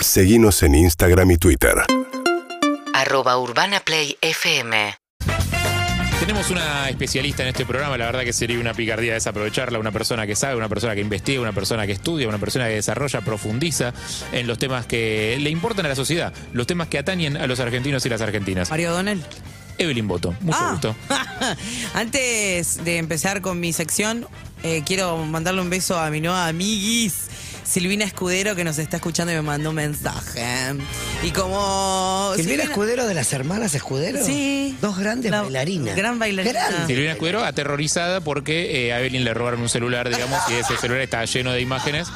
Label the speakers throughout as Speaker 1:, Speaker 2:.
Speaker 1: Seguimos en Instagram y Twitter.
Speaker 2: arroba urbanaplayfm
Speaker 3: Tenemos una especialista en este programa, la verdad que sería una picardía desaprovecharla, una persona que sabe, una persona que investiga, una persona que estudia, una persona que desarrolla, profundiza en los temas que le importan a la sociedad, los temas que atañen a los argentinos y las argentinas.
Speaker 4: Mario Donel.
Speaker 3: Evelyn Boto, mucho
Speaker 4: Ah.
Speaker 3: gusto.
Speaker 4: Antes de empezar con mi sección, eh, quiero mandarle un beso a mi nueva amiguis. Silvina Escudero que nos está escuchando y me mandó un mensaje. Y como...
Speaker 5: Silvina Escudero de las hermanas Escudero.
Speaker 4: Sí.
Speaker 5: Dos grandes
Speaker 4: La-
Speaker 5: bailarinas.
Speaker 4: gran bailarina.
Speaker 5: Grande.
Speaker 3: Silvina Escudero aterrorizada porque eh, a Evelyn le robaron un celular, digamos, y ese celular está lleno de imágenes.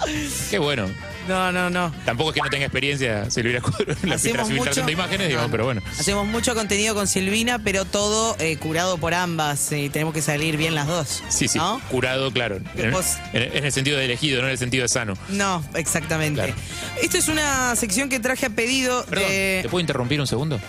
Speaker 3: Qué bueno.
Speaker 4: No, no, no.
Speaker 3: Tampoco es que no tenga experiencia Silvina Escudero en la filtración de imágenes, digamos,
Speaker 4: no,
Speaker 3: pero bueno.
Speaker 4: Hacemos mucho contenido con Silvina, pero todo eh, curado por ambas. eh, Y tenemos que salir bien las dos.
Speaker 3: Sí, sí,
Speaker 4: ¿no?
Speaker 3: curado, claro.
Speaker 4: Que
Speaker 3: En,
Speaker 4: vos-
Speaker 3: en- en el sentido de elegido, no en el sentido de sano.
Speaker 4: No, exactamente.
Speaker 3: Claro.
Speaker 4: Esta es una sección que traje a pedido
Speaker 3: Perdón,
Speaker 4: de...
Speaker 3: ¿te puedo interrumpir un segundo?
Speaker 4: Eh,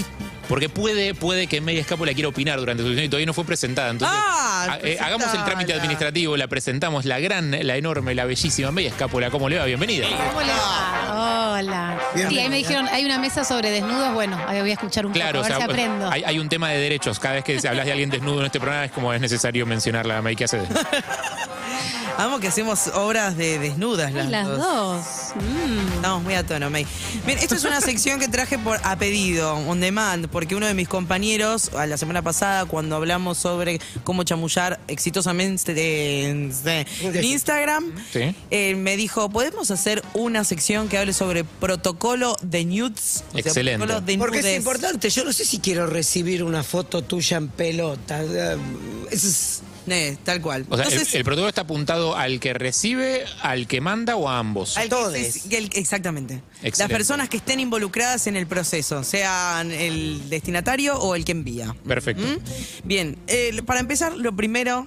Speaker 4: Y-
Speaker 3: Porque puede, puede que Media Escápula quiera opinar durante su sesión y todavía no fue presentada. Entonces,
Speaker 4: Ah,
Speaker 3: ha- eh,
Speaker 4: presentala.
Speaker 3: hagamos el trámite administrativo, la presentamos, la gran, la enorme, la bellísima Media Escápula. ¿Cómo le va? Bienvenida.
Speaker 6: ¿Cómo le va? Hola.
Speaker 5: Bien.
Speaker 6: Sí, ahí me dijeron, hay una mesa sobre desnudos. Bueno, ahí voy a escuchar un
Speaker 3: Claro,
Speaker 6: poco,
Speaker 3: o
Speaker 6: a ver
Speaker 3: sea,
Speaker 6: si aprendo.
Speaker 3: hay, hay un tema de derechos. Cada vez que hablas de alguien desnudo en este programa es como es necesario mencionar la May que hace desnudo.
Speaker 4: Amo que hacemos obras de desnudas las,
Speaker 6: Ay, las
Speaker 4: dos.
Speaker 6: dos. Mm.
Speaker 4: Estamos muy a tono, May. Bien, esta es una sección que traje por, a pedido, on demand, porque uno de mis compañeros, a la semana pasada, cuando hablamos sobre cómo chamullar exitosamente en, en Instagram,
Speaker 3: Sí.
Speaker 4: eh, me dijo, ¿podemos hacer una sección que hable sobre protocolo de nudes? O sea,
Speaker 3: Excelente.
Speaker 4: protocolo de
Speaker 5: Porque es
Speaker 4: nudes.
Speaker 5: importante. Yo no sé si quiero recibir una foto tuya en pelota. Eh, eso es-
Speaker 4: Eh, tal cual.
Speaker 3: O sea, el-
Speaker 4: Entonces,
Speaker 3: el, protocolo está apuntado al que recibe, al que manda o a ambos.
Speaker 4: Al que
Speaker 5: Todes.
Speaker 4: se- el- exactamente. Las
Speaker 3: Excelente.
Speaker 4: personas que estén involucradas en el proceso, sean el destinatario o el que envía.
Speaker 3: Perfecto.
Speaker 4: ¿Mm? Bien, eh, para empezar, lo primero,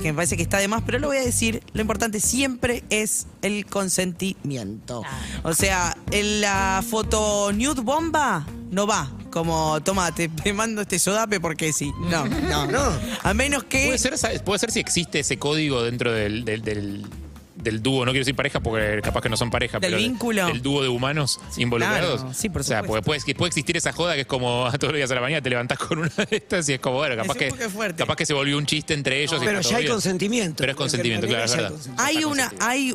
Speaker 4: que me parece que está de más, pero lo voy a decir, lo importante siempre es el consentimiento. O sea, en la foto nude bomba no va. Como, toma, te, te mando este sodape porque sí. No, no, no. A menos que...
Speaker 3: Puede ser, sa- puede ser si existe ese código dentro del, del, del- del dúo, no quiero decir pareja porque capaz que no son pareja,
Speaker 4: Del
Speaker 3: pero de-
Speaker 4: vínculo.
Speaker 3: del dúo de humanos involucrados.
Speaker 4: claro. Sí, por
Speaker 3: o sea,
Speaker 4: supuesto.
Speaker 3: porque puede, puede existir esa joda que es como a todos los días a la mañana te levantás con una de estas y es como, bueno, capaz
Speaker 4: Es un
Speaker 3: que,
Speaker 4: poco fuerte.
Speaker 3: capaz que se volvió un chiste entre ellos. y
Speaker 5: pero
Speaker 3: está
Speaker 5: ya
Speaker 3: todo
Speaker 5: hay
Speaker 3: bien.
Speaker 5: consentimiento.
Speaker 3: Pero es
Speaker 5: De
Speaker 3: consentimiento,
Speaker 5: alguna
Speaker 3: claro, es
Speaker 5: manera
Speaker 3: verdad.
Speaker 5: ya hay
Speaker 4: Hay
Speaker 3: Está
Speaker 4: una,
Speaker 3: consentido.
Speaker 4: hay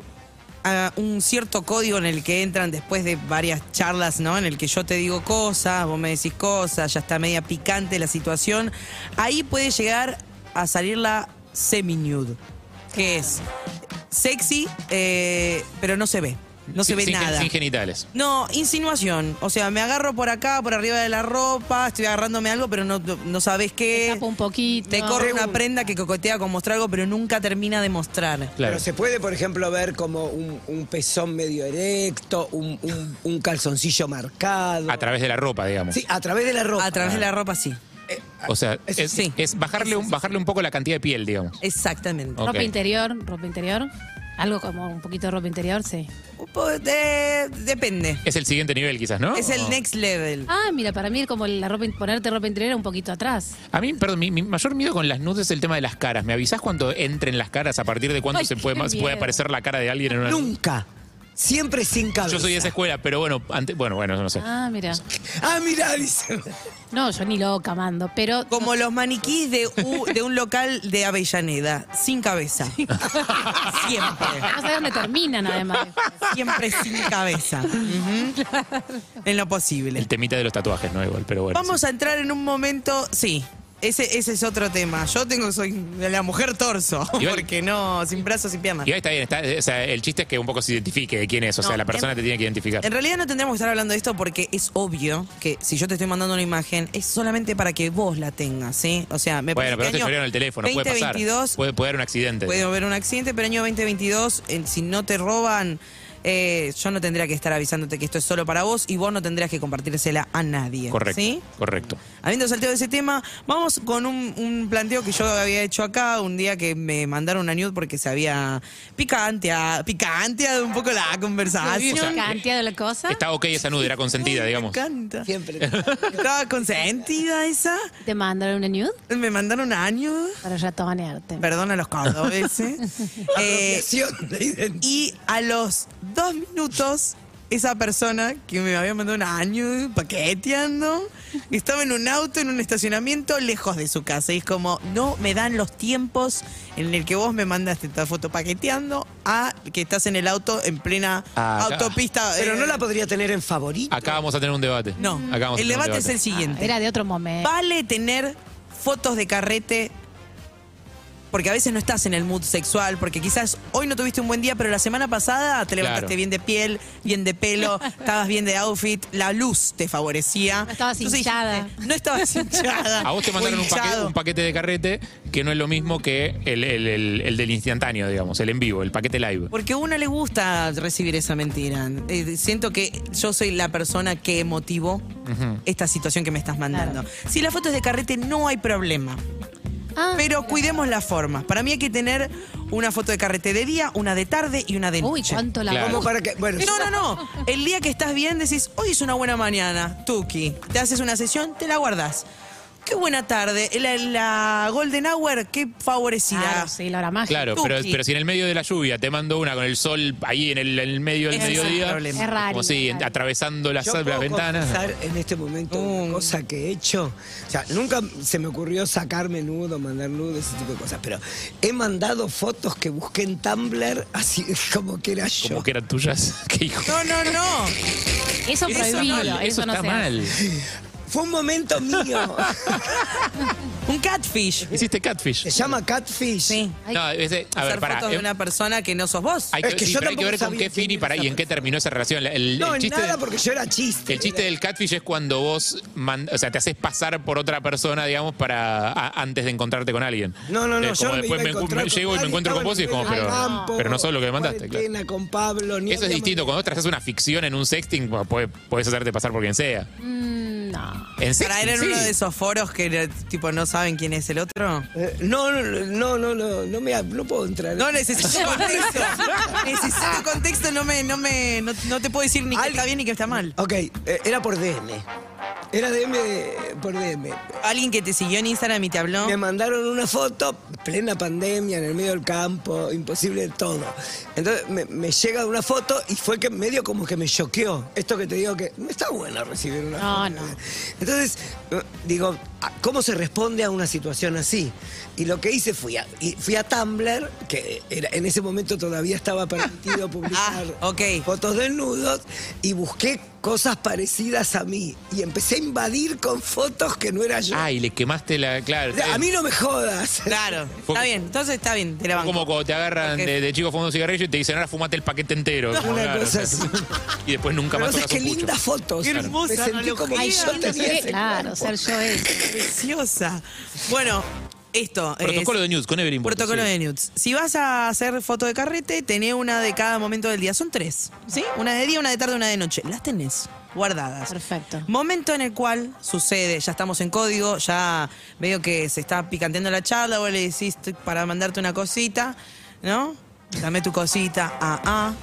Speaker 4: ah, un cierto código en el que entran después de varias charlas, ¿no? En el que yo te digo cosas, vos me decís cosas, ya está media picante la situación. Ahí puede llegar a salir la semi-nude, que es sexy, eh, pero no se ve. No se
Speaker 3: Sin-
Speaker 4: ve
Speaker 3: sin, gen-
Speaker 4: nada.
Speaker 3: Sin genitales.
Speaker 4: No, insinuación. O sea, me agarro por acá, por arriba de la ropa, estoy agarrándome algo, pero no, no sabes
Speaker 6: Te
Speaker 4: qué.
Speaker 6: tapo un poquito.
Speaker 4: Te corre una prenda que cocotea con mostrar algo, pero nunca termina de mostrar.
Speaker 3: Claro.
Speaker 5: Pero se puede, por ejemplo, ver como un, un pezón medio erecto, un, un- un calzoncillo marcado.
Speaker 3: A través de la ropa, digamos.
Speaker 5: Sí, a través de la ropa.
Speaker 4: A través de la ropa, sí.
Speaker 3: O sea,
Speaker 5: Eso
Speaker 3: es,
Speaker 4: sí.
Speaker 3: es bajarle, un, bajarle un poco la cantidad de piel, digamos.
Speaker 4: Exactamente.
Speaker 3: Ok.
Speaker 6: Ropa interior, ropa interior. Algo como un poquito de ropa interior, sí.
Speaker 4: Un po- de- depende.
Speaker 3: Es el siguiente nivel, quizás, ¿no?
Speaker 4: Es el next level.
Speaker 6: Ah, mira, para mí es como la ropa, in- ponerte ropa interior un poquito atrás.
Speaker 3: A mí, perdón, mi, mi mayor miedo con las nudes es el tema de las caras. ¿Me avisás cuando entren las caras? ¿A partir de cuándo
Speaker 6: Ay,
Speaker 3: se puede,
Speaker 6: qué
Speaker 3: más-
Speaker 6: miedo.
Speaker 3: puede aparecer la cara de alguien en una
Speaker 5: Nunca. Siempre sin cabeza.
Speaker 3: Yo soy de esa escuela, pero bueno, ante- bueno, bueno, no sé.
Speaker 6: Ah, mira.
Speaker 5: Ah, mirá, dice.
Speaker 6: No, yo ni loca mando, pero.
Speaker 4: Como los maniquís de, u- de un local de Avellaneda, sin cabeza.
Speaker 6: No
Speaker 4: Siempre.
Speaker 6: sé dónde terminan, además.
Speaker 4: Siempre sin cabeza. Ujú. En lo posible.
Speaker 3: El temita de los tatuajes, ¿no? Igual, pero bueno.
Speaker 4: Vamos a entrar en un momento. Sí. Ese, ese es otro tema. Yo tengo, soy la mujer torso.
Speaker 3: Igual-
Speaker 4: Porque no, sin brazos, sin piernas.
Speaker 3: Y ahí está bien, está, o sea, el chiste es que un poco se identifique de quién es, o sea,
Speaker 4: No,
Speaker 3: la persona
Speaker 4: en-
Speaker 3: te tiene que identificar.
Speaker 4: En realidad no tendríamos que estar hablando de esto porque es obvio que si yo te estoy mandando una imagen es solamente para que vos la tengas, ¿sí? O sea, me
Speaker 3: Bueno, pero no
Speaker 4: parece
Speaker 3: te
Speaker 4: que año
Speaker 3: lloraron el teléfono, puede pasar.
Speaker 4: 2022
Speaker 3: Puede, puede haber un accidente.
Speaker 4: puede haber un accidente, pero año 2022, en- si no te roban, eh, yo no tendría que estar avisándote que esto es solo para vos y vos no tendrías que compartírsela a nadie,
Speaker 3: correcto.
Speaker 4: ¿sí?
Speaker 3: Correcto.
Speaker 4: Habiendo salteado de ese tema, vamos con un, un planteo que yo había hecho acá un día que me mandaron una nude porque se había picanteado, picanteado un poco la conversación.
Speaker 3: sea,
Speaker 6: cantidad de la cosa.
Speaker 3: Está ok esa nude, era consentida,
Speaker 4: Me
Speaker 3: digamos.
Speaker 4: encanta.
Speaker 5: Siempre.
Speaker 4: Estaba consentida esa.
Speaker 6: Te mandaron una nude
Speaker 4: Me mandaron años.
Speaker 6: para ratonearte.
Speaker 4: Perdón a los cordobeses. Eh,
Speaker 5: Apropiación de identidad.
Speaker 4: y a los dos minutos esa persona que me había mandado un año paqueteando, estaba en un auto, en un estacionamiento, lejos de su casa. Y es como, no me dan los tiempos en el que vos me mandaste esta foto paqueteando a que estás en el auto en plena
Speaker 3: Ah, acá.
Speaker 4: autopista.
Speaker 5: Pero
Speaker 4: eh,
Speaker 5: no la podría tener en favorito.
Speaker 3: Acá vamos a tener un debate.
Speaker 4: No,
Speaker 3: Acá vamos a
Speaker 4: el
Speaker 3: tener un
Speaker 4: debate es el siguiente.
Speaker 6: Era de otro momento.
Speaker 4: ¿Vale tener fotos de carrete? Porque a veces no estás en el mood sexual, porque quizás hoy no tuviste un buen día, pero la semana pasada te levantaste
Speaker 3: Claro.
Speaker 4: bien de piel, bien de pelo, estabas bien de outfit, la luz te favorecía.
Speaker 6: No estabas
Speaker 4: Entonces
Speaker 6: hinchada.
Speaker 4: no estabas hinchada.
Speaker 3: A vos te
Speaker 4: o
Speaker 3: mandaron un paquete,
Speaker 4: hinchado.
Speaker 3: un paquete de carrete que no es lo mismo que el, el- el- el del instantáneo, digamos, el en vivo, el paquete live.
Speaker 4: Porque a una le gusta recibir esa mentira. Eh, siento que yo soy la persona que motivó esta situación que me estás mandando. Si la foto es de carrete, no hay problema.
Speaker 6: Ah,
Speaker 4: Pero cuidemos las formas. Para mí hay que tener una foto de carrete de día, una de tarde y una de
Speaker 6: uy,
Speaker 4: noche.
Speaker 6: cuánto la
Speaker 3: Claro.
Speaker 5: Como para que. Bueno,
Speaker 4: No, no, no. El día que estás bien decís, hoy es una buena mañana, Tuki. Te haces una sesión, te la guardas. Qué buena tarde. La, la Golden Hour, qué favorecida.
Speaker 6: Claro, sí, la hora mágica.
Speaker 3: Claro, pero,
Speaker 4: Tuki.
Speaker 3: pero si en el medio de la lluvia te mando una con el sol ahí en el, en el medio del
Speaker 4: Ese es el
Speaker 3: mediodía,
Speaker 4: problema.
Speaker 6: Es raro.
Speaker 3: como si en-
Speaker 6: claro.
Speaker 3: atravesando las,
Speaker 5: Yo
Speaker 3: las
Speaker 5: puedo
Speaker 3: ventanas.
Speaker 5: confesar en este momento una
Speaker 4: Mm.
Speaker 5: cosa que he hecho. O sea, nunca se me ocurrió sacarme nudo, mandar nudo, ese tipo de cosas. Pero he mandado fotos que busqué en Tumblr, así como que era yo.
Speaker 3: Como que eran tuyas. Qué hijo.
Speaker 4: No, no, no. Eso
Speaker 6: Eso
Speaker 4: no,
Speaker 6: prohibido, eso,
Speaker 4: eso
Speaker 3: Eso
Speaker 6: no
Speaker 3: está
Speaker 6: se hace.
Speaker 3: mal.
Speaker 5: Fue un momento mío.
Speaker 4: Un catfish.
Speaker 3: Hiciste catfish.
Speaker 5: ¿Se llama Catfish?
Speaker 4: Sí.
Speaker 6: Ay,
Speaker 3: No, ese- a
Speaker 4: Hacer
Speaker 3: ver, pará.
Speaker 4: fotos de
Speaker 3: eh,
Speaker 4: una persona que no sos vos.
Speaker 3: Hay que,
Speaker 5: Es que
Speaker 3: sí,
Speaker 5: yo
Speaker 3: pero hay que
Speaker 5: tampoco
Speaker 3: ver con
Speaker 5: sabía
Speaker 3: qué
Speaker 5: quién
Speaker 3: fin y,
Speaker 5: era
Speaker 3: para,
Speaker 5: esa
Speaker 3: y en qué
Speaker 5: persona.
Speaker 3: terminó esa relación. La- El,
Speaker 5: No,
Speaker 3: el
Speaker 5: en
Speaker 3: chiste,
Speaker 5: nada,
Speaker 3: de-
Speaker 5: porque yo era chiste.
Speaker 3: el chiste del catfish es cuando vos man- o sea, te haces pasar por otra persona, digamos, para a- antes de encontrarte con alguien.
Speaker 5: No, no, no.
Speaker 3: Es
Speaker 5: yo
Speaker 3: como
Speaker 5: no
Speaker 3: después
Speaker 5: me,
Speaker 3: me,
Speaker 5: iba a encontrar
Speaker 3: me-
Speaker 5: con
Speaker 3: llego y me
Speaker 5: nadie,
Speaker 3: encuentro con
Speaker 5: estaba
Speaker 3: vos y es
Speaker 5: en
Speaker 3: como,
Speaker 5: el
Speaker 3: pero,
Speaker 5: campo,
Speaker 3: pero no sos lo que me mandaste. claro.
Speaker 5: cuarentena con Pablo, ni
Speaker 3: Eso es
Speaker 5: había
Speaker 3: distinto. Cuando otras haces una ficción en un sexting, bueno, podés, podés hacerte pasar por quien sea.
Speaker 6: mm, no.
Speaker 3: En sexting,
Speaker 4: Para él era
Speaker 3: sí.
Speaker 4: uno de esos foros que tipo no saben quién es el otro.
Speaker 5: Eh, No, no, no, no, no, no, me, no puedo entrar.
Speaker 4: No, necesito contexto. necesito contexto, no me, no me, no, no te puedo decir ni que
Speaker 5: Al-
Speaker 4: está bien ni que está mal.
Speaker 5: Ok, eh, era por DM. Era DM eh, por DM.
Speaker 4: Alguien que te siguió en Instagram y te habló.
Speaker 5: Me mandaron una foto, plena pandemia, en el medio del campo, imposible de todo. Entonces me, me llega una foto y fue que medio como que me choqueó. Esto que te digo que no está bueno recibir una
Speaker 6: No,
Speaker 5: foto.
Speaker 6: no.
Speaker 5: Entonces, eh, digo, ¿a- ¿cómo se responde a una situación así? Y lo que hice fui a, y fui a Tumblr, que era- en ese momento todavía estaba permitido publicar
Speaker 4: Ah, ok.
Speaker 5: fotos desnudos, y busqué cosas parecidas a mí. Y empecé a invadir con fotos que no era yo.
Speaker 3: Ay, le quemaste la. Claro.
Speaker 5: O sea,
Speaker 3: está
Speaker 5: a mí
Speaker 3: bien.
Speaker 5: no me jodas.
Speaker 4: Claro,
Speaker 3: Fue-
Speaker 4: está bien, entonces está bien, te la banco.
Speaker 3: Como cuando te agarran
Speaker 4: Porque-
Speaker 3: de, de chico fumando un cigarrillo y te dicen, ahora fumate el paquete entero. Como,
Speaker 5: Una
Speaker 3: claro,
Speaker 5: cosa
Speaker 3: o sea,
Speaker 5: así.
Speaker 3: Y después nunca
Speaker 5: Pero
Speaker 3: más
Speaker 5: no sé
Speaker 3: tocas
Speaker 5: qué
Speaker 3: un pucho.
Speaker 5: lindas fotos.
Speaker 4: Qué
Speaker 5: Claro.
Speaker 4: hermosa,
Speaker 5: me sentí
Speaker 4: no lo
Speaker 5: como
Speaker 4: creo.
Speaker 5: que
Speaker 6: Ay,
Speaker 5: yo
Speaker 6: lindo
Speaker 5: tenía
Speaker 6: ser-
Speaker 5: ese
Speaker 6: claro,
Speaker 5: cuerpo.
Speaker 6: ser yo es.
Speaker 4: Preciosa. Bueno, esto. es-
Speaker 3: Protocolo de news con Evelyn. Borges,
Speaker 4: Protocolo
Speaker 3: sí.
Speaker 4: de nudes. Si vas a hacer foto de carrete, tené una de cada momento del día. Son tres, ¿sí? Una de día, una de tarde, una de noche. Las tenés guardadas.
Speaker 6: Perfecto.
Speaker 4: Momento en el cual sucede, ya estamos en código, ya veo que se está picanteando la charla, vos le decís "Estoy para mandarte una cosita, ¿no? Dame tu cosita, ah, ah.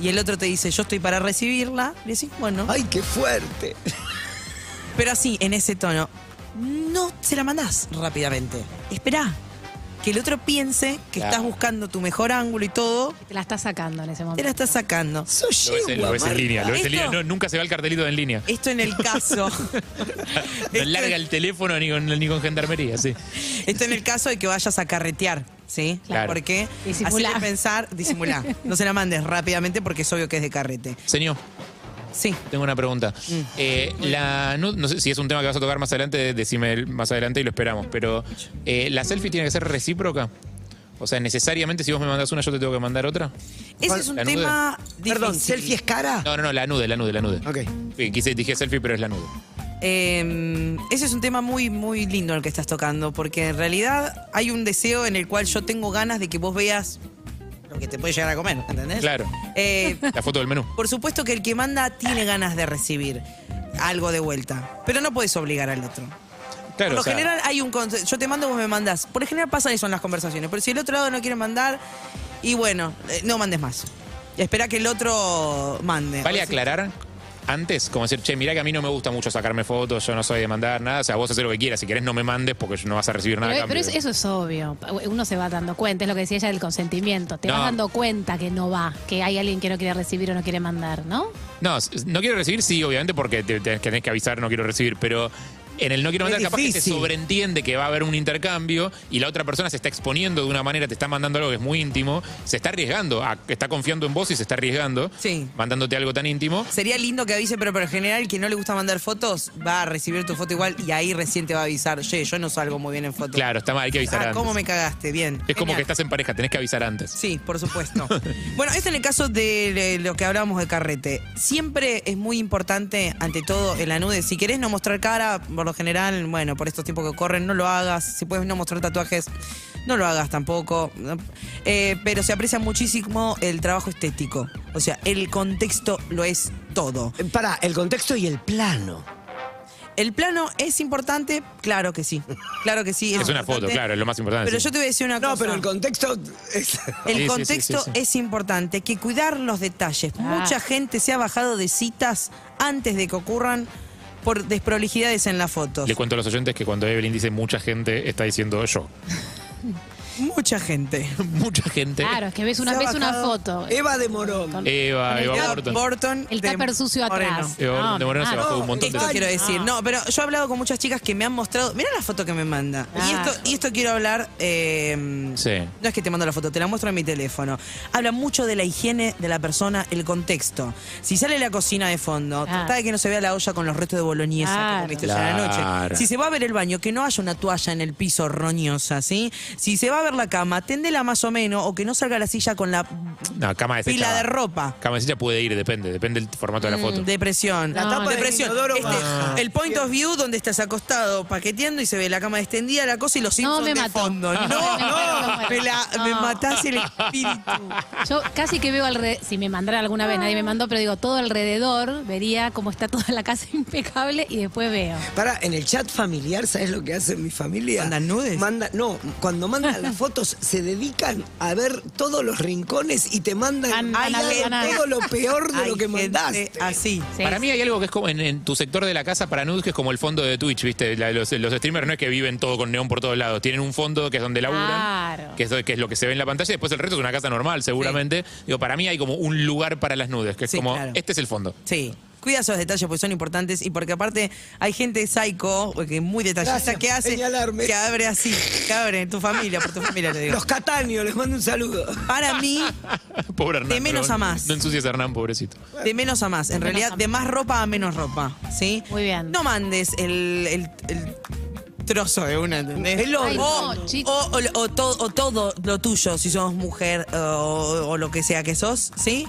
Speaker 4: Y el otro te dice, yo estoy para recibirla. Le decís, bueno.
Speaker 5: Ay, qué fuerte.
Speaker 4: Pero así, en ese tono, no se la mandás rápidamente. Esperá que el otro piense que
Speaker 3: Claro.
Speaker 4: estás buscando tu mejor ángulo y todo,
Speaker 6: Te la estás sacando en ese
Speaker 4: te
Speaker 6: momento.
Speaker 4: la estás sacando.
Speaker 5: Soy
Speaker 3: Lo ves, en- lo
Speaker 5: yegua,
Speaker 3: ves en
Speaker 5: Marta.
Speaker 3: línea, lo ves en
Speaker 4: ¿Esto?
Speaker 3: línea. No, nunca se va el cartelito en línea.
Speaker 4: Esto en el caso.
Speaker 3: No
Speaker 4: Esto-
Speaker 3: larga el teléfono ni con, ni con gendarmería, sí.
Speaker 4: Esto en el caso de que vayas a carretear, ¿sí?
Speaker 3: Claro.
Speaker 4: Porque
Speaker 6: Disimulá.
Speaker 4: hacele pensar, disimulá. No se la mandes rápidamente porque es obvio que es de carrete.
Speaker 3: Señor,
Speaker 4: Sí.
Speaker 3: tengo una pregunta.
Speaker 4: Mm.
Speaker 3: Eh, la, no, no sé si es un tema que vas a tocar más adelante, decime el- más adelante y lo esperamos, pero eh, ¿la selfie tiene que ser recíproca? O sea, necesariamente si vos me mandás una, yo te tengo que mandar otra.
Speaker 4: Ese es un
Speaker 3: La nude.
Speaker 4: tema
Speaker 5: Perdón,
Speaker 4: difícil.
Speaker 5: ¿selfie es cara?
Speaker 3: No, no, no, la nude, la nude, la nude.
Speaker 5: Ok. Eh,
Speaker 3: Sí, Quise, dije selfie, pero es la nude.
Speaker 4: Eh, ese es un tema muy, muy lindo el que estás tocando, porque en realidad hay un deseo en el cual yo tengo ganas de que vos veas lo que te puede llegar a comer, ¿entendés?
Speaker 3: Claro.
Speaker 4: Eh,
Speaker 3: La foto del menú.
Speaker 4: por supuesto que el que manda tiene ganas de recibir algo de vuelta, pero no puedes obligar al otro.
Speaker 3: Claro,
Speaker 4: Por lo
Speaker 3: o sea,
Speaker 4: general hay un conse- Yo te mando, vos me mandás. Por lo general pasa eso en las conversaciones. Pero si el otro lado no quiere mandar, y bueno, eh, no mandes más. Espera que el otro
Speaker 3: Vale
Speaker 4: mande.
Speaker 6: Pues
Speaker 4: O sea,
Speaker 3: aclarar antes? Como decir, che, mirá que a mí no me gusta mucho sacarme fotos, yo no soy de mandar nada. O sea, vos haces lo que quieras, si querés no me mandes porque yo no vas a recibir nada. a
Speaker 6: Pero,
Speaker 3: cambio.
Speaker 6: pero es- eso es obvio. Uno se va dando cuenta, es lo que decía ella del consentimiento. Te
Speaker 3: No.
Speaker 6: vas dando cuenta que no va, que hay alguien que no quiere recibir o no quiere mandar, ¿no?
Speaker 3: No, s- no quiero recibir, sí, obviamente, porque te, te- tenés que avisar, no quiero recibir, pero en el no quiero
Speaker 4: Es
Speaker 3: mandar, capaz que se
Speaker 4: difícil.
Speaker 3: sobreentiende que va a haber un intercambio y la otra persona se está exponiendo de una manera, te está mandando algo que es muy íntimo, se está arriesgando, a- está confiando en vos y se está arriesgando,
Speaker 4: Sí.
Speaker 3: mandándote algo tan íntimo.
Speaker 4: Sería lindo que avise, pero por el general, quien no le gusta mandar fotos, va a recibir tu foto igual y ahí recién te va a avisar. Che, yo no salgo muy bien en fotos.
Speaker 3: Claro, está mal, hay que avisar
Speaker 4: Ah,
Speaker 3: antes.
Speaker 4: ¿cómo me cagaste? Bien.
Speaker 3: Es como
Speaker 4: Genial.
Speaker 3: que estás en pareja, tenés que avisar antes.
Speaker 4: Sí, por supuesto. bueno, esto en el caso de le- lo que hablábamos de carrete. Siempre es muy importante, ante todo, en la nude. Si querés no mostrar cara, por lo general, bueno, por estos tiempos que corren, no lo hagas. Si puedes no mostrar tatuajes, no lo hagas tampoco. Eh, pero se aprecia muchísimo el trabajo estético. O sea, el contexto lo es todo.
Speaker 5: Para, el contexto y el plano.
Speaker 4: ¿El plano es importante? Claro que sí. Claro que sí.
Speaker 3: Es una foto,
Speaker 4: importante.
Speaker 3: claro, es lo más importante,
Speaker 4: Pero
Speaker 3: sí.
Speaker 4: yo te voy a decir una cosa.
Speaker 5: No, pero el contexto es.
Speaker 4: El
Speaker 3: Sí, sí, sí,
Speaker 4: contexto
Speaker 3: sí, sí.
Speaker 4: es importante, hay que cuidar los detalles.
Speaker 6: Ah.
Speaker 4: Mucha gente se ha bajado de citas antes de que ocurran por desprolijidades en las fotos.
Speaker 3: Le cuento a los oyentes que cuando Evelyn dice mucha gente, está diciendo yo.
Speaker 4: Mucha gente.
Speaker 3: mucha gente.
Speaker 6: Claro, es que ves
Speaker 5: Se
Speaker 6: una
Speaker 5: ha
Speaker 6: vez una
Speaker 5: bajado
Speaker 6: foto.
Speaker 3: em-
Speaker 5: Eva de Morón.
Speaker 6: Con-
Speaker 3: Eva,
Speaker 6: con el
Speaker 3: Eva
Speaker 6: tap-
Speaker 3: Borton.
Speaker 6: El
Speaker 4: de
Speaker 6: tupper sucio
Speaker 4: Moreno.
Speaker 6: atrás.
Speaker 3: Eva Borton de Moreno se
Speaker 6: ah,
Speaker 3: bajó
Speaker 5: no,
Speaker 3: un montón de
Speaker 4: oh, Esto
Speaker 5: Ay,
Speaker 4: quiero decir,
Speaker 6: no.
Speaker 4: no, pero yo he hablado con muchas chicas que me han mostrado, mira la foto que me manda. Y
Speaker 6: Claro.
Speaker 4: esto y esto quiero hablar eh,
Speaker 3: Sí.
Speaker 4: No es que te mando la foto, te la muestro en mi teléfono. Habla mucho de la higiene de la persona, el contexto. Si sale la cocina de fondo,
Speaker 6: Claro.
Speaker 4: trata de que no se vea la olla con los restos de boloñesa
Speaker 6: Ah. Claro.
Speaker 4: que comiste ayer a la
Speaker 3: Claro.
Speaker 4: noche. Si se va a ver el baño, que no haya una toalla en el piso roñosa, ¿sí? Si se va a ver la cama, tendela más o menos o que no salga la silla con la
Speaker 3: No, cama deshecha.
Speaker 4: pila
Speaker 3: va.
Speaker 4: de Mm, ropa.
Speaker 3: Cama deshecha puede ir, depende, depende del formato de la foto. Ah.
Speaker 4: Depresión.
Speaker 6: La tapa del
Speaker 4: depresión.
Speaker 5: inodoro
Speaker 4: Este,
Speaker 5: baja.
Speaker 4: El point of view donde estás acostado paqueteando y se ve la cama extendida, la cosa y los Simpsons
Speaker 6: me
Speaker 4: de
Speaker 6: mató.
Speaker 4: fondo. No,
Speaker 6: Me muero, me
Speaker 4: no,
Speaker 6: muero.
Speaker 4: me, la- me
Speaker 6: No.
Speaker 4: matás el espíritu.
Speaker 6: Yo casi que veo alrededor, si me mandara alguna vez, nadie me mandó, pero digo, todo alrededor, vería cómo está toda la casa impecable y después veo.
Speaker 5: Para, en el chat familiar, ¿sabes lo que hace mi familia?
Speaker 4: ¿Mandan nudes?
Speaker 5: Manda, no, cuando mandan las fotos se dedican a ver todos los rincones y te mandan
Speaker 6: An-
Speaker 5: ahí
Speaker 6: anal-
Speaker 5: hay
Speaker 6: anal.
Speaker 5: todo lo peor de
Speaker 4: Hay
Speaker 5: lo que
Speaker 4: gente
Speaker 5: mandaste.
Speaker 4: Así.
Speaker 6: Sí,
Speaker 3: Para
Speaker 6: sí.
Speaker 3: mí hay algo que es como en, en tu sector de la casa para nudes, que es como el fondo de Twitch, ¿viste? La- los, los streamers no es que viven todo con neón por todos lados, tienen un fondo que es donde laburan,
Speaker 6: Claro.
Speaker 3: que, es, do- que es lo que se ve en la pantalla, y después el resto es una casa normal, seguramente. Digo, para mí hay como un lugar para las nudes, que es
Speaker 4: Sí,
Speaker 3: como,
Speaker 4: claro.
Speaker 3: este es el fondo.
Speaker 4: Sí. Cuida esos detalles porque son importantes y porque aparte hay gente psycho, eh, que muy detallista,
Speaker 5: Gracias
Speaker 4: que
Speaker 5: por
Speaker 4: hace
Speaker 5: señalarme.
Speaker 4: que abre así, que abre en tu familia, por tu familia le digo.
Speaker 5: Los Cataño, les mando un saludo.
Speaker 4: Para mí,
Speaker 3: Pobre Hernán.
Speaker 4: De menos
Speaker 3: perdón.
Speaker 4: a más.
Speaker 3: No ensucies a Hernán, pobrecito.
Speaker 4: De menos a más, en
Speaker 6: menos
Speaker 4: realidad,
Speaker 6: a
Speaker 4: de más ropa a menos ropa, ¿sí?
Speaker 6: Muy bien.
Speaker 4: No mandes el, el- el trozo de una, ¿entendés?
Speaker 5: El hombro.
Speaker 4: o,
Speaker 6: no, chico.
Speaker 4: o- o- o to- o todo lo tuyo, si sos mujer o, o lo que sea que sos, ¿sí?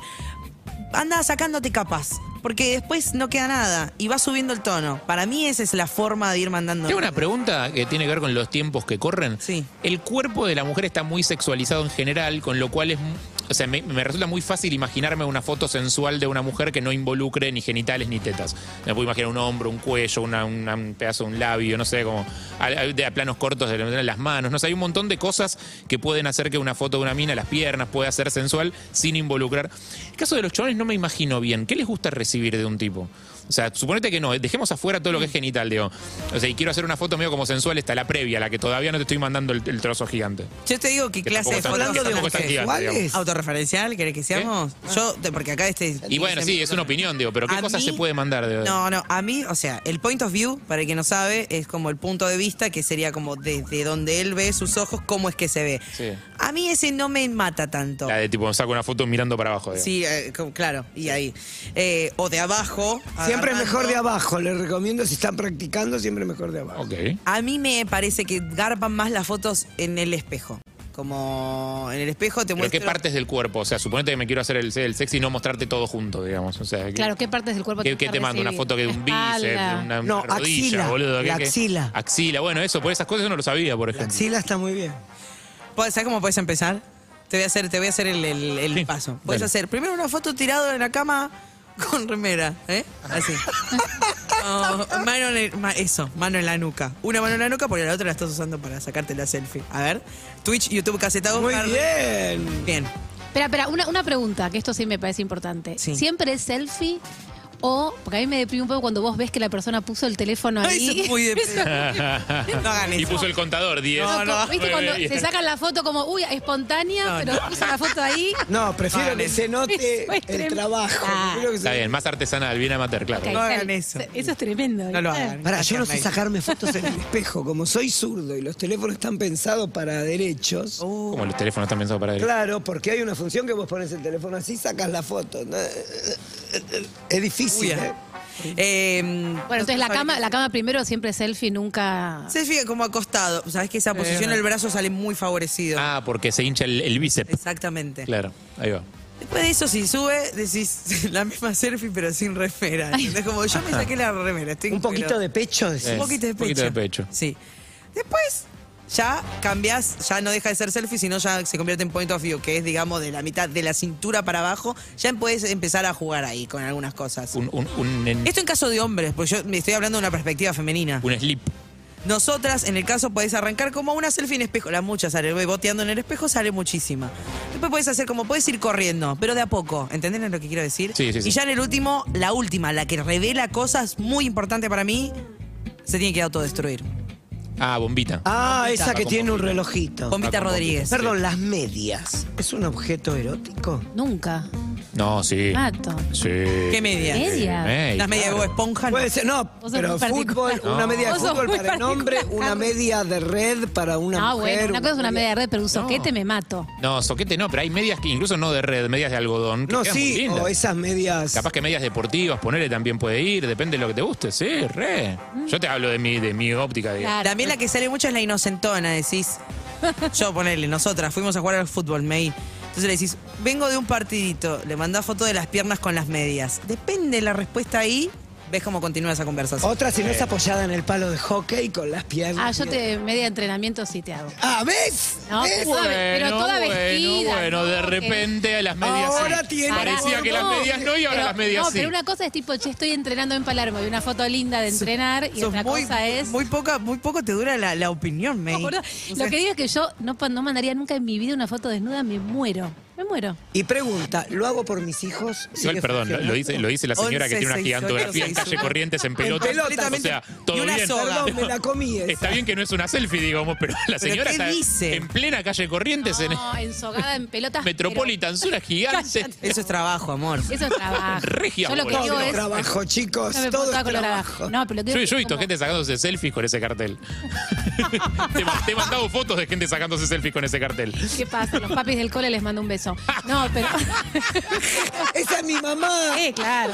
Speaker 4: Anda sacándote capas, porque después no queda nada y va subiendo el tono. Para mí esa es la forma de ir mandando.
Speaker 3: Tengo una pregunta que tiene que ver con los tiempos que corren.
Speaker 4: Sí.
Speaker 3: El cuerpo de la mujer está muy sexualizado en general, con lo cual es. mu- O sea, me, me resulta muy fácil imaginarme una foto sensual de una mujer que no involucre ni genitales ni tetas. Me puedo imaginar un hombro, un cuello, una- una- un pedazo de un labio, no sé, como al- al- de a planos cortos de las manos. No sé, hay un montón de cosas que pueden hacer que una foto de una mina, las piernas, pueda ser sensual sin involucrar. El caso de los chavales no me imagino bien. ¿Qué les gusta recibir de un tipo? O sea, suponete que no, eh, dejemos afuera todo lo que es genital, digo. O sea, y quiero hacer una foto medio como sensual, está la previa, la que todavía no te estoy mandando el, el trozo gigante.
Speaker 4: Yo te digo que,
Speaker 3: Que
Speaker 4: clase de
Speaker 3: tampoco está-
Speaker 4: fotos
Speaker 5: Hablando de
Speaker 3: tampoco está
Speaker 4: ¿qué?
Speaker 3: gigante, digamos.
Speaker 5: ¿Cuáles?
Speaker 4: autorreferencial, ¿querés que seamos? Yo, te- porque acá este...
Speaker 3: Y bueno, sí, es una opinión, digo, pero ¿qué
Speaker 4: A
Speaker 3: cosas
Speaker 4: mí-
Speaker 3: se puede mandar de
Speaker 4: No, no, a mí, o sea, el point of view, para el que no sabe, es como el punto de vista que sería como desde donde él ve sus ojos, cómo es que se ve.
Speaker 3: Sí.
Speaker 4: A mí ese no me mata tanto.
Speaker 3: La de tipo, saco una foto mirando para abajo, digo.
Speaker 4: Sí, eh, como- claro, y ahí. Eh, o de abajo.
Speaker 5: Siempre
Speaker 4: agarrando.
Speaker 5: mejor de abajo, les recomiendo si están practicando, siempre mejor de abajo.
Speaker 3: Ok.
Speaker 4: A mí me parece que garpan más las fotos en el espejo. Como en el espejo te
Speaker 3: ¿Pero
Speaker 4: muestra.
Speaker 3: qué partes del cuerpo? O sea, suponete que me quiero hacer el, el sexy y no mostrarte todo junto, digamos. O sea, que-
Speaker 6: Claro, ¿qué partes del cuerpo
Speaker 3: ¿Qué, qué
Speaker 6: gusta
Speaker 3: te mando? ¿Una
Speaker 6: recibir?
Speaker 3: foto que de un
Speaker 6: La
Speaker 3: bíceps,
Speaker 6: espalda.
Speaker 3: de una
Speaker 5: No,
Speaker 3: rodilla,
Speaker 5: axila,
Speaker 3: boludo? ¿qué-
Speaker 5: la
Speaker 3: qué?
Speaker 5: axila.
Speaker 3: Axila, bueno, eso, por esas cosas yo no lo sabía, por
Speaker 5: La
Speaker 3: ejemplo.
Speaker 5: axila está muy bien.
Speaker 4: ¿Puedes- ¿Sabes cómo puedes empezar? Te voy a hacer, te voy a hacer el, el- el
Speaker 3: Sí,
Speaker 4: paso. Puedes
Speaker 3: dale.
Speaker 4: hacer primero una foto tirado en la cama con remera, ¿eh? Así. Oh, mano en el- ma- eso, mano en la nuca. Una mano en la nuca porque la otra la estás usando para sacarte la selfie. A ver, Twitch, YouTube, casetados.
Speaker 5: Muy
Speaker 4: par-
Speaker 5: bien.
Speaker 4: Bien.
Speaker 6: Espera, espera, una, una pregunta, que esto sí me parece importante.
Speaker 4: Sí.
Speaker 6: ¿Siempre es selfie O, porque a mí me deprime un poco cuando vos ves que la persona puso el teléfono ahí.
Speaker 4: Ay, eso es muy de-
Speaker 6: Eso-
Speaker 4: No hagan
Speaker 3: Y
Speaker 4: eso.
Speaker 3: puso el contador, 10.
Speaker 4: No, no.
Speaker 6: Viste cuando
Speaker 3: Bien.
Speaker 6: se sacan la foto como, uy, espontánea,
Speaker 4: No,
Speaker 6: pero
Speaker 4: no.
Speaker 6: puso la foto ahí.
Speaker 5: No, prefiero
Speaker 4: Vale.
Speaker 5: que se note
Speaker 6: Eso es
Speaker 5: el
Speaker 6: tremendo.
Speaker 5: trabajo.
Speaker 6: Ah.
Speaker 5: prefiero que se-
Speaker 3: Está bien, más artesanal, bien amateur, claro.
Speaker 6: Ok,
Speaker 4: No hagan
Speaker 6: dale.
Speaker 4: eso.
Speaker 6: Eso es tremendo.
Speaker 4: No lo
Speaker 6: ¿viste?
Speaker 4: hagan.
Speaker 5: Pará, yo no sé
Speaker 4: Ahí.
Speaker 5: sacarme fotos en el espejo. Como soy zurdo y los teléfonos están pensados para derechos.
Speaker 4: Uh,
Speaker 3: Como los teléfonos están pensados para él.
Speaker 5: Claro, porque hay una función que vos pones el teléfono así, sacas la foto. ¿no? Es
Speaker 4: uy,
Speaker 5: difícil, ¿eh?
Speaker 4: eh,
Speaker 6: Bueno, entonces la
Speaker 4: nosotros
Speaker 6: cama, la cama primero siempre selfie, nunca.
Speaker 4: Se fija como acostado. Sabes que esa posición el brazo sale muy favorecido.
Speaker 3: Eh, Ah, porque se hincha el, el bíceps.
Speaker 4: Exactamente.
Speaker 3: Claro, ahí va.
Speaker 4: Después de eso, si sube, decís la misma selfie, pero sin remera.
Speaker 6: Ay.
Speaker 4: Es como yo me saqué la remera. estoy-
Speaker 5: Un poquito
Speaker 4: pero-
Speaker 5: de pecho, decís.
Speaker 3: Eh,
Speaker 4: Un poquito de
Speaker 3: un
Speaker 4: pecho.
Speaker 3: poquito de pecho.
Speaker 4: Sí. Después ya cambias, ya no deja de ser selfie, sino ya se convierte en point of view, que es, digamos, de la mitad de la cintura para abajo. Ya puedes empezar a jugar ahí con algunas cosas.
Speaker 3: Un, un, un,
Speaker 4: Esto en caso de hombres, porque yo me estoy hablando de una perspectiva femenina.
Speaker 3: un slip.
Speaker 4: Nosotras, en el caso, podés arrancar como una selfie en espejo. La mucha sale, voy boteando en el espejo, sale muchísima. Después podés hacer como, podés ir corriendo, pero de a poco. ¿Entendés lo que quiero decir?
Speaker 3: Sí, sí, sí.
Speaker 4: Y ya en el último, la última, la que revela cosas muy importante para mí, se tiene que autodestruir.
Speaker 3: Ah, bombita.
Speaker 5: Ah,
Speaker 4: Bombita.
Speaker 5: esa que
Speaker 3: Con
Speaker 5: tiene un
Speaker 3: bombita.
Speaker 5: relojito.
Speaker 4: Bombita
Speaker 3: Ah, con
Speaker 4: Rodríguez.
Speaker 3: bombita, sí.
Speaker 5: Perdón, las medias. ¿Es un objeto erótico?
Speaker 6: Nunca.
Speaker 3: No, sí.
Speaker 6: Mato.
Speaker 3: Sí.
Speaker 4: ¿Qué medias?
Speaker 6: Medias.
Speaker 3: Eh,
Speaker 4: Las medias de Bob Esponja. no.
Speaker 5: Puede ser, no,
Speaker 6: sos
Speaker 5: pero
Speaker 6: muy particular.
Speaker 5: fútbol, una
Speaker 3: No.
Speaker 5: media de
Speaker 6: Vos sos
Speaker 5: fútbol
Speaker 6: muy
Speaker 5: para el hombre,
Speaker 6: particular,
Speaker 5: una
Speaker 6: Harry.
Speaker 5: media de red para una
Speaker 6: ah,
Speaker 5: mujer.
Speaker 6: bueno, una cosa es una media de red, pero un soquete
Speaker 3: No.
Speaker 6: me mato.
Speaker 3: No, soquete no, pero hay medias que incluso no de red, medias de algodón. que
Speaker 5: No,
Speaker 3: quedan muy
Speaker 5: sí,
Speaker 3: lindas.
Speaker 5: o esas medias...
Speaker 3: Capaz que medias deportivas, ponerle también puede ir, depende de lo que te guste, sí, re. Yo te hablo de mi, de mi óptica, de
Speaker 6: Claro.
Speaker 4: También la que sale mucho es la inocentona, decís. Yo, ponele, nosotras fuimos a jugar al fútbol, May. Entonces le decís, vengo de un partidito, le mandás foto de las piernas con las medias. Depende de la respuesta ahí, ves cómo continúa esa conversación.
Speaker 5: Otra si no es apoyada en el palo de hockey con las piernas.
Speaker 6: Ah, yo te media entrenamiento sí te hago.
Speaker 5: Ah, ¿ves?
Speaker 6: No,
Speaker 5: ¿Ves?
Speaker 6: toda- pero toda
Speaker 3: bueno,
Speaker 6: vestida.
Speaker 3: bueno,
Speaker 6: ¿no?
Speaker 3: de
Speaker 6: Que-
Speaker 3: repente a las medias
Speaker 5: Ahora
Speaker 3: sí.
Speaker 5: tiene-
Speaker 3: Parecía
Speaker 6: Pará,
Speaker 3: que las medias no y ahora
Speaker 6: pero-
Speaker 3: las medias
Speaker 6: No,
Speaker 3: sí.
Speaker 6: pero una cosa es tipo, che, estoy entrenando en Palermo y una foto linda de entrenar y
Speaker 4: Sos
Speaker 6: otra
Speaker 4: muy,
Speaker 6: cosa es...
Speaker 4: muy poca, muy poco te dura la, la opinión, May.
Speaker 6: Boludo,
Speaker 4: O sea,
Speaker 6: Lo que digo es que yo no, pa- no mandaría nunca en mi vida una foto desnuda, me muero. Me muero.
Speaker 5: Y pregunta, ¿lo hago por mis hijos?
Speaker 3: Igual,
Speaker 5: ¿Sigue
Speaker 3: perdón, lo,
Speaker 5: funcionando?
Speaker 3: lo dice, lo dice la señora que
Speaker 4: 11,
Speaker 3: tiene una
Speaker 4: 6,
Speaker 3: gigantografía en
Speaker 4: 8,
Speaker 3: calle
Speaker 4: 6,
Speaker 3: Corrientes en
Speaker 5: En
Speaker 3: pelotas.
Speaker 5: pelotas.
Speaker 3: O sea, todo
Speaker 4: Y una
Speaker 3: bien.
Speaker 4: soga.
Speaker 5: Perdón, me la comí esa.
Speaker 3: Está bien que no es una selfie, digamos, pero la señora
Speaker 4: qué
Speaker 3: está
Speaker 4: dice?
Speaker 3: en plena calle Corrientes, en
Speaker 6: No, ensogada en pelotas.
Speaker 3: Metropolitan, zona gigante.
Speaker 4: Eso es trabajo, amor.
Speaker 6: pero Eso es trabajo.
Speaker 3: Regia
Speaker 6: yo lo que
Speaker 3: bola.
Speaker 6: digo
Speaker 5: Todo
Speaker 6: es...
Speaker 5: trabajo, chicos.
Speaker 6: No me puedo
Speaker 5: todo es
Speaker 6: tocar con lo
Speaker 5: trabajo.
Speaker 6: trabajo. No, pero lo que
Speaker 3: Yo,
Speaker 6: digo
Speaker 3: yo he
Speaker 6: es
Speaker 3: visto
Speaker 6: como-
Speaker 3: gente sacándose selfies con ese cartel. te, ma- te he mandado fotos de gente sacándose selfies con ese cartel.
Speaker 6: ¿Qué pasa? Los papis del cole les mando un beso. No, pero.
Speaker 5: Esa es mi mamá.
Speaker 6: eh, claro.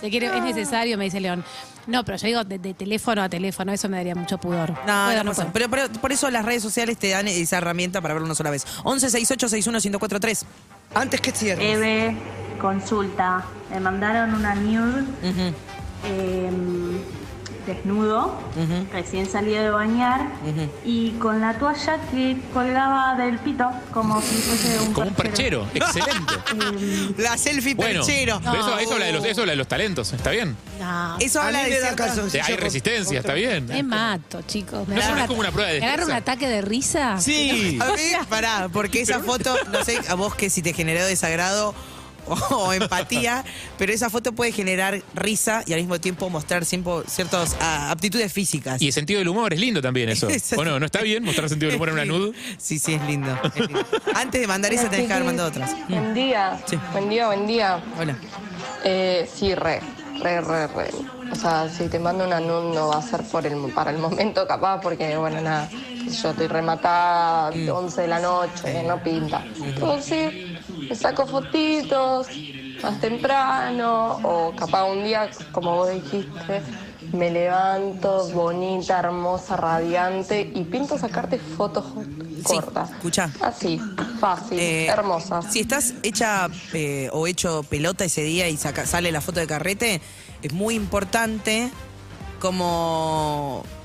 Speaker 6: Se quiere, es necesario, me dice León. No, pero yo digo de, de teléfono a teléfono, eso me daría mucho pudor.
Speaker 4: No,
Speaker 6: Puedo,
Speaker 4: no pasa.
Speaker 6: puedo.
Speaker 4: Pero, pero por eso las redes sociales te dan esa herramienta para verlo una sola vez. 11 68 61 1043.
Speaker 5: Antes que
Speaker 6: eh,
Speaker 5: cierres.
Speaker 7: Eve, consulta. Me mandaron una nude
Speaker 4: Ujú.
Speaker 7: em, desnudo, recién salido de bañar, y con la toalla que colgaba del pito, como si fuese un
Speaker 3: Como un perchero. Excelente.
Speaker 4: La selfie
Speaker 3: Bueno,
Speaker 4: perchero.
Speaker 3: pero eso, eso habla de los, eso habla de los talentos, está bien.
Speaker 6: No.
Speaker 4: Eso
Speaker 5: A mí
Speaker 4: habla de
Speaker 5: me da
Speaker 4: cierta-
Speaker 5: calzoncillo
Speaker 3: Te- hay
Speaker 5: con-
Speaker 3: resistencia, está bien.
Speaker 6: Me mato, chicos. Me
Speaker 3: No,
Speaker 6: agarra
Speaker 3: no
Speaker 6: un
Speaker 3: es
Speaker 6: ata-
Speaker 3: como una prueba de
Speaker 6: Me agarra un
Speaker 3: destreza.
Speaker 6: ataque de risa.
Speaker 3: Sí.
Speaker 4: A mí, pará, porque esa foto, no sé a vos que si te generó desagrado o, o empatía, pero esa foto puede generar risa y al mismo tiempo mostrar siempre ciertas ah, aptitudes físicas.
Speaker 3: Y el sentido del humor es lindo también eso.
Speaker 4: Exacto.
Speaker 3: ¿O no? ¿No está bien mostrar sentido del humor en una nude?
Speaker 4: Sí, sí, es lindo. es lindo. Antes de mandar esa tenés que haber mandado otras. Mm,
Speaker 8: Buen día,
Speaker 4: Sí.
Speaker 8: buen día, buen día.
Speaker 4: Hola.
Speaker 8: Eh, sí, re, re, re, re. O sea, si te mando una NUN no va a ser por el, para el momento capaz, porque, bueno, nada, qué sé yo estoy rematada,
Speaker 4: Mm.
Speaker 8: 11 de la noche, no pinta. Entonces, me saco fotitos más temprano, o capaz un día, como vos dijiste, me levanto bonita, hermosa, radiante, y pinto sacarte fotos cortas.
Speaker 4: escuchá.
Speaker 8: Así, fácil,
Speaker 4: Eh,
Speaker 8: hermosa.
Speaker 4: Si estás hecha eh, o hecho pelota ese día y saca- sale la foto de carrete, es muy importante como...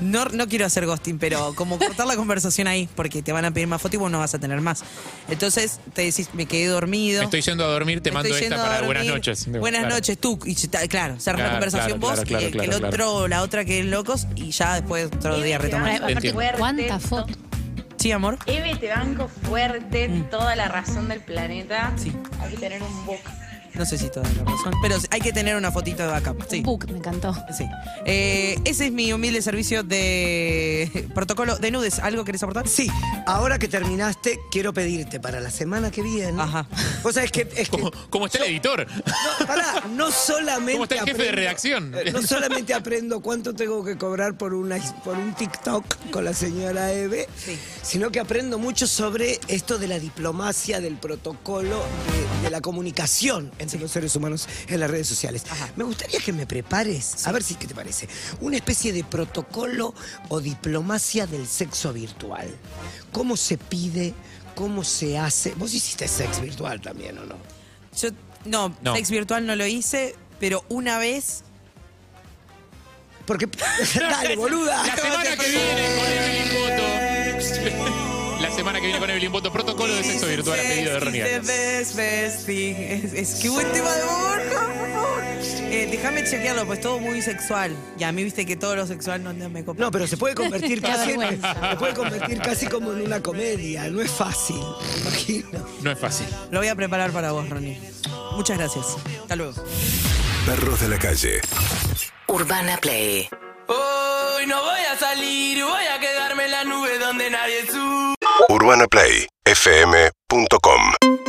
Speaker 4: No, no quiero hacer ghosting, pero como cortar la conversación ahí, porque te van a pedir más fotos y vos no vas a tener más. Entonces te decís, me quedé dormido.
Speaker 3: Me estoy yendo a dormir, te
Speaker 4: me
Speaker 3: mando
Speaker 4: estoy
Speaker 3: esta
Speaker 4: yendo a
Speaker 3: para buenas
Speaker 4: dormir.
Speaker 3: noches.
Speaker 4: Buenas
Speaker 3: Claro.
Speaker 4: noches, tú. Y se ta- claro, cerrar
Speaker 3: Claro,
Speaker 4: la conversación
Speaker 3: claro, claro,
Speaker 4: vos, que,
Speaker 3: claro,
Speaker 4: que el
Speaker 3: claro.
Speaker 4: otro o la otra que locos, y ya después otro día retomar.
Speaker 3: Te entiendo.
Speaker 6: ¿Cuánta foto?
Speaker 4: Sí, amor.
Speaker 9: Eve, te banco fuerte, toda la razón del planeta.
Speaker 4: Sí.
Speaker 9: Hay que tener un book
Speaker 4: No sé si toda la razón, pero hay que tener una fotito de backup. Sí.
Speaker 6: Book, me encantó.
Speaker 4: Sí. Eh, ese es mi humilde servicio de protocolo de nudes. ¿Algo querés aportar?
Speaker 5: Sí, ahora que terminaste, quiero pedirte para la semana que viene.
Speaker 4: Ajá.
Speaker 5: Vos sabés que. Es que
Speaker 3: Como, como está el editor.
Speaker 5: no, pará, no solamente.
Speaker 3: ¿Cómo está el jefe de redacción?
Speaker 5: eh, No solamente aprendo cuánto tengo que cobrar por, una, por un TikTok con la señora Eve, sino que aprendo mucho sobre esto de la diplomacia, del protocolo, de, de la comunicación entre los seres humanos en las redes sociales. Me gustaría que me prepares, a ver si qué te parece, una especie de protocolo o diplomacia del sexo virtual. ¿Cómo se pide? ¿Cómo se hace? Vos hiciste sex virtual también, ¿o no?
Speaker 4: Yo, no,
Speaker 3: No.
Speaker 4: sex virtual no lo hice, pero una vez.
Speaker 5: Porque. Dale, boluda.
Speaker 3: La semana que viene con Evelyn Boto. La semana que viene con Evelyn Boto. Protocolo de sexo virtual a pedido de Ronnie Arias.
Speaker 4: Best, best thing. Es, es que buen tema de Borja, por favor. Eh, Déjame chequearlo, pues todo muy sexual. Y a mí viste que todo lo sexual no anda me copa.
Speaker 5: No, pero se puede convertir
Speaker 6: Qué
Speaker 5: casi en,
Speaker 6: vergüenza.
Speaker 5: se puede convertir casi como en una comedia. No es fácil, me imagino.
Speaker 3: No es fácil.
Speaker 4: Lo voy a preparar para vos, Ronnie. Muchas gracias. Hasta luego.
Speaker 1: Perros de la calle.
Speaker 2: Urbana Play
Speaker 9: Hoy no voy a salir, voy a quedarme en la nube donde nadie sube.
Speaker 1: UrbanaPlayFM.com